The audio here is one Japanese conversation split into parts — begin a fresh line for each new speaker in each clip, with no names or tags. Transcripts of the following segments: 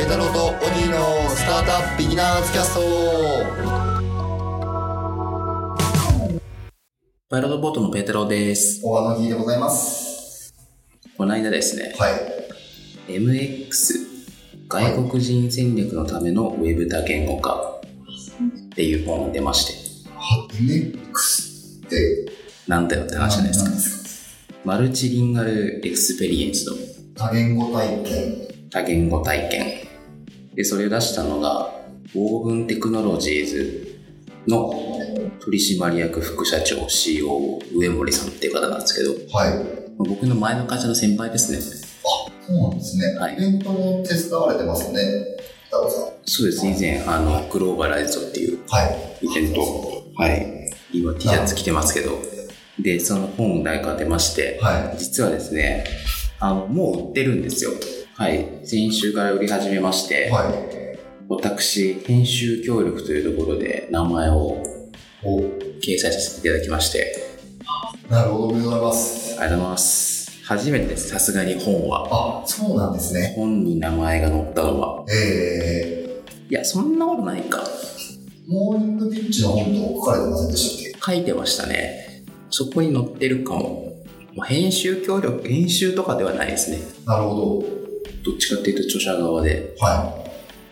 イ太郎とオギーのスタートアップビギナーズキャスト
パイロットボートのペーテロです。
小川のギーでございます
この間ですね、
はい
MX、外国人戦略のためのウェブ多言語化っていう本が出まして、
MX って
なんだよって話じゃないですか。
す
マルチリンガルエクスペリエンスの
か多言語体験
多言語体験。で、それを出したのが、オーブンテクノロジーズの取締役副社長 COO 上森さんっていう方なんですけど、
はい
僕の前の会社の先輩ですね。
そうなんですね、
はい
イベントも手伝われてますね太郎さん
そうです、以前、あの、グローバライズドっていう
はい
イベントはい。今 T シャツ着てますけど。で、その本題が出まして、
はい
実はですね、あの、もう売ってるんですよ。はい。先週から売り始めまして、
はい
私、編集協力というところで名前を
お
掲載させていただきまして、
なるほどおめでとうございます
ありがとうございます。初めてです、さすがに本は。
あそうなんですね
本に名前が載ったのは。
え
いや、そんなことないか。
ー、モーニングピッチの本と書かれてませんでしたっ
書いてましたね。そこに載ってるかも。まあ編集協力、編集とかではないですね。
けなるほ
どっちかっていうと著者側で、
どは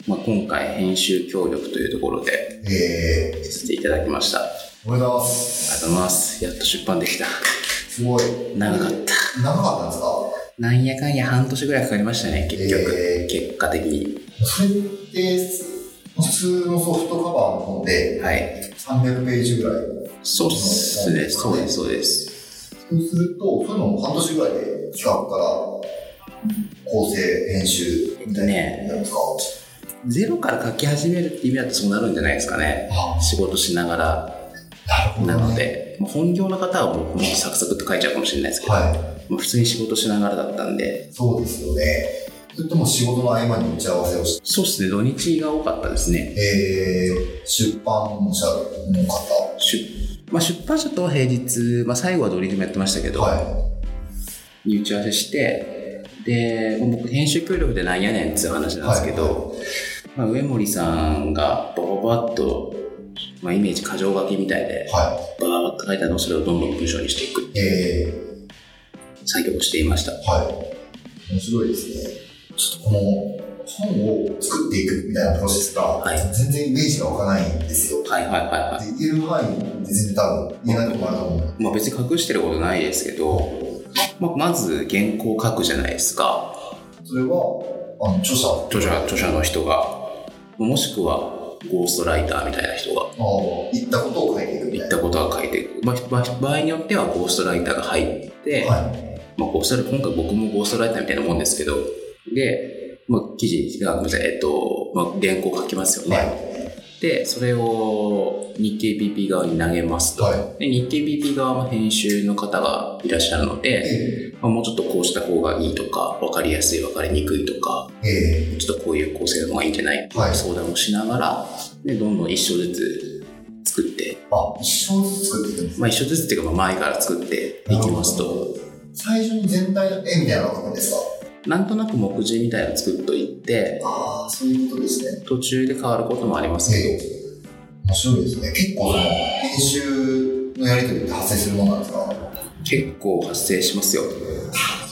まあ、今回編集協力というところで
いえ
させていただきました。あ
ー、
り
おめでとうございます
がとうございます。やっと出版できた。
すごい
長かった。
長かったんですか
なんやかんや半年ぐらいかかりましたね、結局。
え
結果的に。
ー、それって普通のソフトカバーの本で
はい。
300ページぐらい
そうっすね。そうです、そうです。
そうするとそういうのも半年ぐらいで企画から構成編集みたいな
ね
やるんですか、
ゼロから書き始めるって意味だとそうなるんじゃないですかね。
あ
仕事しながら
なるほど、ね、
なので、まあ本業の方はもうもうサクサクって書いちゃうかもしれないですけど、
はい
まあ普通に仕事しながらだったんで、
そうですよね。それとも仕事の合間に打ち合わせをして、
そうっすね、土日が多かったですね。
えー、出版社の方、
出まあ、出版社と平日、まあ、最後はドリームやってましたけど、
は
に打ち合わせしてでもう僕編集協力でなんやねんっつう話なんですけど、まあ、上森さんがバババッと、まあ、イメージ過剰書きみたい
い、
で
は
バババッと書いたのをそれをどんどん文章にしていく
い、え
作業をしていました
ー、はい、面白いですね。ちょっとこの本を作っていくみたいなプロセスが、
い
全然イメージが湧かないんですよ。
はいはいはいは
で言える範囲で全然多分言えないとこもあると思う。
い、まあ、別に隠してることないですけど、まあ、まず原稿を書くじゃないですか
それは、あの著者、あ
著者著者の人がもしくはゴーストライターみたいな人が
の言ったことを書いていくみ
言
た
っ
い
たことは書いていく、まあ場場合によってはゴーストライターが入って、
な。はい、
まあ、ゴーストライ今回僕もゴーストライターみたいなもんですけどで、まあ、記事がごめんなさいえっと、まあ、原稿書きますよね、
はい、
でそれを日経 BP 側に投げますと、
は
で日経 BP 側も編集の方がいらっしゃるの
い、
で、
え
まあ、もうちょっとこうした方がいいとか分かりやすい分かりにくいとか
ー、え
ちょっとこういう構成の方がいいんじゃない、
はい
相談をしながらでどんどん一章ずつ作って
ー、あ、一生ずつ作っていくんですね
まあ、一緒ずつっていうか、まあ、前から作っていきますと、
最初に全体の絵みたいなのが書くんですか
なんとなく目次みたいなの作っといて、
ああそういうことですね
途中で変わることもありますけ
ええ面白いですね結構その編集のやり取りって発生するものなんですか
ど、結構発生しますよ。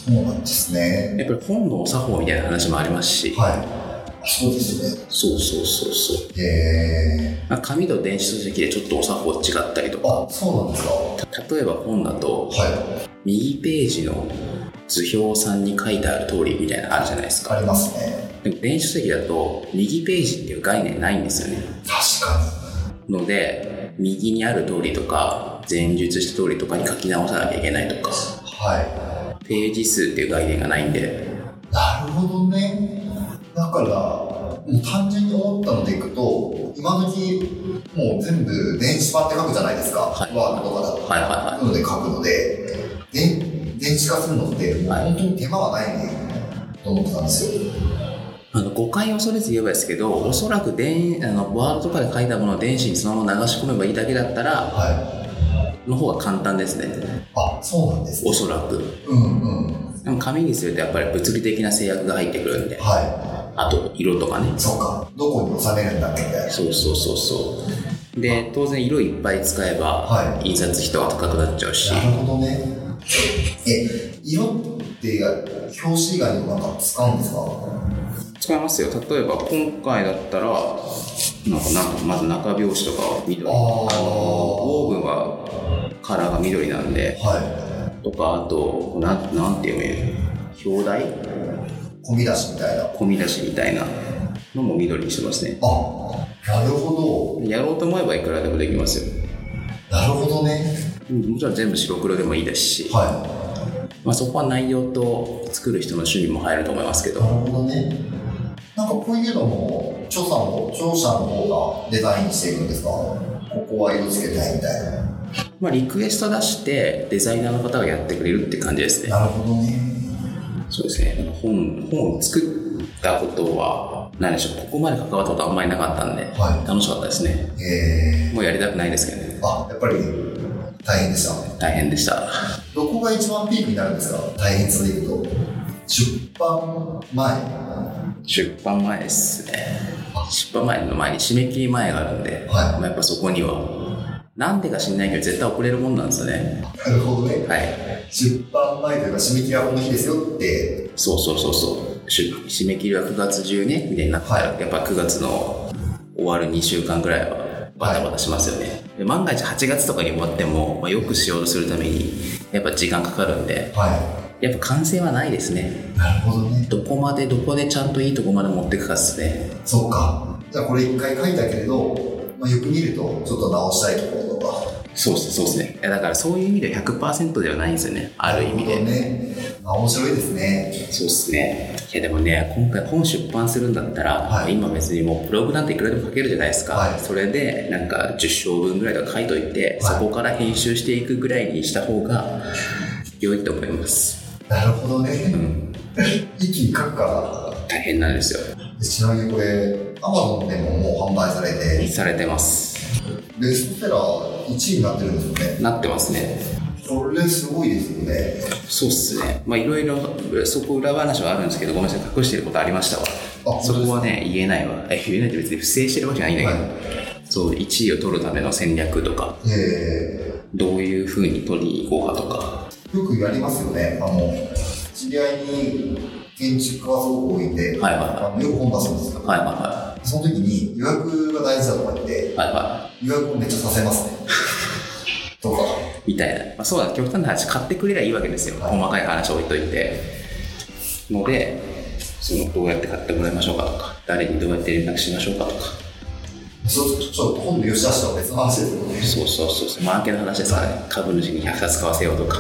そうなんですね
やっぱり本のお作法みたいな話もありますし、
はいそうですね
そうそうそうそう。
ええ
まあ、紙と電子書籍でちょっとお作法違ったりとか、
あそうなんですかは
例えば本だと、
い
右ページの図表さんに書いてある通りみたいなのあるじゃないですか。
ありますね
でも電子書籍だと、右ページっていう概念ないんですよね。
確か
ので右にある通りとか前述した通りとかに書き直さなきゃいけないと
に
か
は
ページ数っていう概念がないんで
いなるほどねだからもう単純に思ったのでいくと今時もう全部電子版って書くじゃないですか、
はい
ワードとかだと
はいは
ので書くので、で電子化するのって、もう
はい
本当に手間はないね、と思ってたんですよ。
いはいあの誤解を恐れず言えばですけどおそらく電あのワードとかで書いたものを電子にそのまま流し込めばいいだけだったら
はい。
の方が簡単ですね
あ、そうなんですね。
おそらく
うんうん。
でも紙にするとやっぱり物理的な制約が入ってくるんで
は
あと色とかね
そうかどこに収めるんだっけみたいな
そうそうそうそうで当然色いっぱい使えば
は
印刷費とか高くなっちゃうし、
なるほどねえ色って表紙以外にもなんか使うんですか
使いますよ例えば今回だったらなんかなんかまず中拍子とかは緑
あー
あのオーブンはカラーが緑なんで
は
とかあとなんなんて読める表題
い込み出しみたいなあ
込み出しみたいなのも緑にしてますね
なるほ
やろうと思えばいくらでもできますよ
どなるほどね
もちろん全部白黒でもいいですし、
は
まあ、そこは内容と作る人の趣味も入ると思いますけ
いなる
ど、
ほどねなんかこういうのも著者の著者の方がデザインしていくんですかここは色つけたいみたいな
まあ、リクエスト出してデザイナーの方がやってくれるって感じですね
なるほどね
そうですねなんか本本を作ったことは何でしょうここまで関わったことあんまりなかったんで、
は
楽しかったですね
え
もうやりたくないですけどね
ー、あやっぱり大変でしたね
大変でした
どこが一番ピークになるんですか大変さでいくと出版前
出版前ですね出版前の前に締め切り前があるんで、
はい
まあ、やっぱそこにはなんでか知んないけど絶対遅れるもんなんですよね
なるほどね
はい
出版前というか締め切りはこの日ですよって
そうそうそうそうし締め切りは9月中ねみたいになったら、
は
やっぱ9月の終わる2週間ぐらいはバタバタしますよね、で万が一8月とかに終わっても、まあ、よくしようとするためにやっぱ時間かかるんで
は
やっぱ完成はないですね
いなるほどね
どこまでどこでちゃんといいとこまで持ってくかっすね
そうかじゃあこれ一回書いたけれど、まあ、よく見るとちょっと直したいところとか
そうっすねそうっすねいやだからそういう意味では100%ではないんですよねある意味
な
で、
ほどねあ面白いですね
そうっすねいやでもね今回本出版するんだったら、
はい
今別にもうブログなんていくらでも書けるじゃないですか、
はい
それでなんか10章分ぐらいとか書いといて、
はい
そこから編集していくぐらいにした方が良いと思います、
なるほど
う
ね
ん、
一気に書くから
大変なんですよ
でちなみにこれ Amazon でももう販売されて
されてます
ベストセラー1位になってるんですよね
なってますね
それすごいですよね
そうっすねまあいろいろそこ裏話はあるんですけどごめんなさい隠してることありましたわ
あ
そこはね言えないわえ言えないって別に不正してるわけじゃないんだけど、そう1位を取るための戦略とか
え
どういうふうに取りに行こうかとか
ーよくやりますよねあの知り合いに建築家がすごく多いんで、
はいはいはい
あのよく本出すんですよ
はいは
その時に予約が大事だとか言って
いはいはいは
予約をめっちゃさせますね とか
いみたいな、まあ、そうだ極端な話買ってくれりゃいいわけですよ、
はい
細かい話置いといてのでそのどうやって買ってもらいましょうかとか誰にどうやって連絡しましょうかとか
ちょちょっと今度吉田氏とは別の話ですよね
そうそうそうそうマーケの話ですからね株主に100冊買わせようとか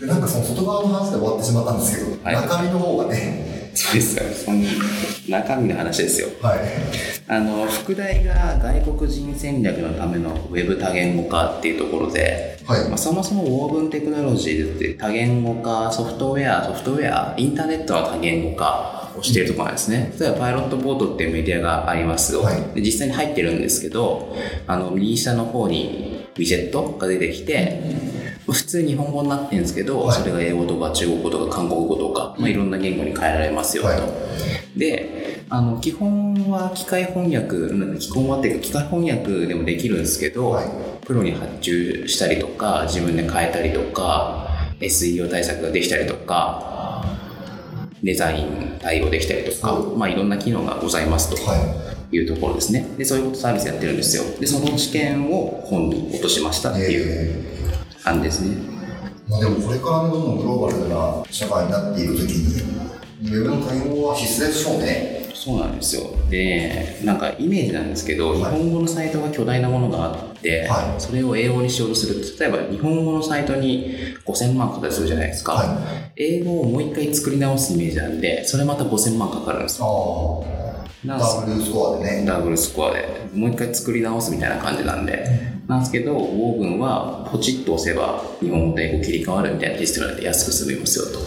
でなんかその外側の話で終わってしまったんですけど、
はい
中身の方がね
そうですよそん中身の話ですよ
はい
あの副題が外国人戦略のためのウェブ多言語化っていうところで
はい
まあ、そもそもオーブンテクノロジーって多言語化ソフトウェアソフトウェアインターネットの多言語化をしているところなんですね、例えばパイロットボートっていうメディアがあります、
はい
で実際に入ってるんですけどあの右下の方にウィジェットが出てきて、普通日本語になってるんですけど、
はい
それが英語とか中国語とか韓国語とか、まあ、いろんな言語に変えられますよと、
はい
であの基本は機械翻訳うん基本はっていうか機械翻訳でもできるんですけど、
はい
プロに発注したりとか自分で変えたりとか SEO 対策ができたりとかデザイン対応できたりとか、まあ、いろんな機能がございますと
は
いうところですねでそういうことサービスやってるんですよでその知見を本に落としましたって
い
いう
えー
案ですね、
まあ、でもこれからどんどんグローバルな社会になっていくときに、ウェブの対応は必須でしょうね。
そうなんですよでなんかイメージなんですけど、
はい
日本語のサイトが巨大なものがあって、
はい
それを英語にしようとする例えば日本語のサイトに5000万かかったりするじゃないですか、
はい。
英語をもう一回作り直すイメージなんでそれまた5000万かかるんですよ
あ
な
あ。
んす
ダブルスコアでね。
ダブルスコアでもう一回作り直すみたいな感じなんでなんですけどオーブンはポチッと押せば日本語と英語切り替わるみたいなシステムなんで安く済みますよと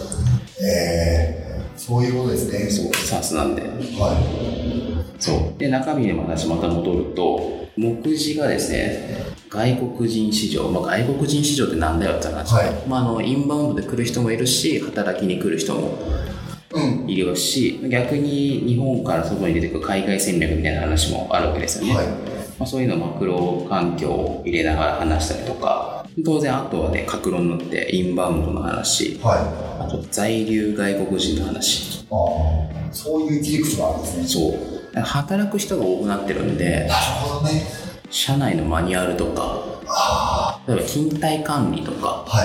えー、そういうことですね。
そう SaaS なんで
は
そうで中身の話また戻ると目次がですね外国人市場、まあ、外国人市場ってなんだよって話、
はい
まあ、あのインバウンドで来る人もいるし働きに来る人も
うん。
医療し逆に日本から外に出てくる海外戦略みたいな話もあるわけですよね、
はい。
まあ、そういうのをマクロ環境を入れながら話したりとか当然あとはね格論になってインバウンドの話
はい。
あと在留外国人の話
ああ、そういう切り口があるんですね。
そう働く人が多くなってるんで
なるほどね。
社内のマニュアルとか
あ
例えば勤怠管理とか
あ、は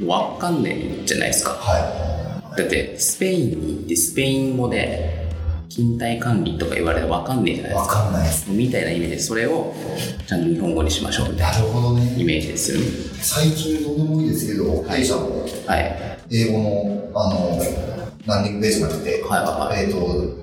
い。
わかんないじゃないですか
は
だってスペインに行ってスペイン語で勤怠管理とか言われたらわかんねえじゃない
い。
です
わ
か
かんないです。
みたいなイメージでそれをちゃんと日本語にしましょうみたい
なるほど
なイ
ね。
メージですよね
最近どうでもいいですけど、弊社も
はい
英語の、あの、ランディングページが出て、
はいはいはい
えっ、と、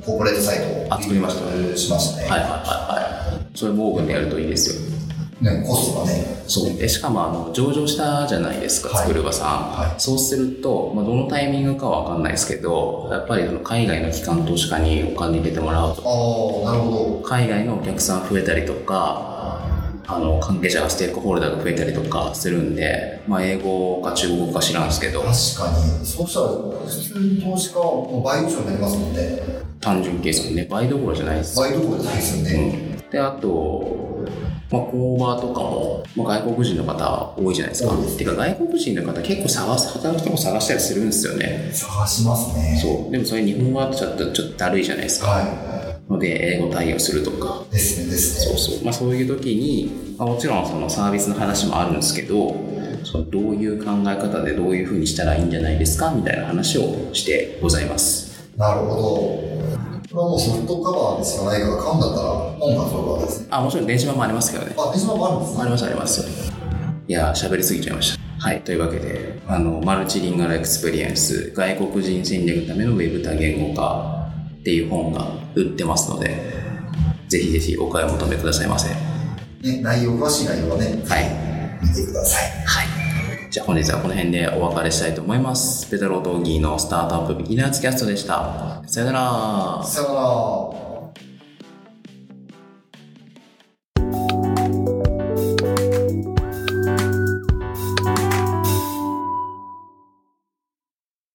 コーポレートサイトを
あ作りました
た。しましたね。
はいはいはいはいそれもオーブンでやるといいですよ
ね、コストがね。
そうでしかもあの上場したじゃないですか
はい
作る場さん、
は
そうすると、まあ、どのタイミングかは分かんないですけどやっぱりその海外の機関投資家にお金入れてもらうと
ああ、なるほ
海外のお客さん増えたりとかあの関係者がステークホルダーが増えたりとかするんで、まあ、英語か中国語か知らんすけど
ど。確かに。そうしたら、普通に投資家はもう倍以上になりますもんね。
単純計算でね倍どころじゃないです
倍どころじゃないですよね。
であと、まあ、工場とかも、まあ、外国人の方多いじゃないですか
多いです
てか外国人の方結構探す働くとこ探したりするんですよね
探しますね。
そうでもそれ日本語だとちょっとちょっとだるいじゃないですか
は
ので英語対応するとか
い。ですね、です
そ
ね。
うそう、まあ、そういう時に、まあ、もちろんそのサービスの話もあるんですけどそのどういう考え方でどういうふうにしたらいいんじゃないですかみたいな話をしてございます
なるほど。これはもうソフトカバーでしかないから、買うんだったら、本がそうですね。
あもちろん電子版もありますけどね
あ、電子版もあるんですね。
ありますありますいや喋りすぎちゃいましたはいというわけであのマルチリンガルエクスペリエンス外国人戦略のためのウェブ多言語化っていう本が売ってますのでぜひぜひお買い求めくださいませは
ね、内容、詳しい内容はね、
い
見てください。
はい。じゃあ本日はこの辺でお別れしたいと思います。ペトロとギーのスタートアップビギナーズキャストでした。さよなら。
さよなら。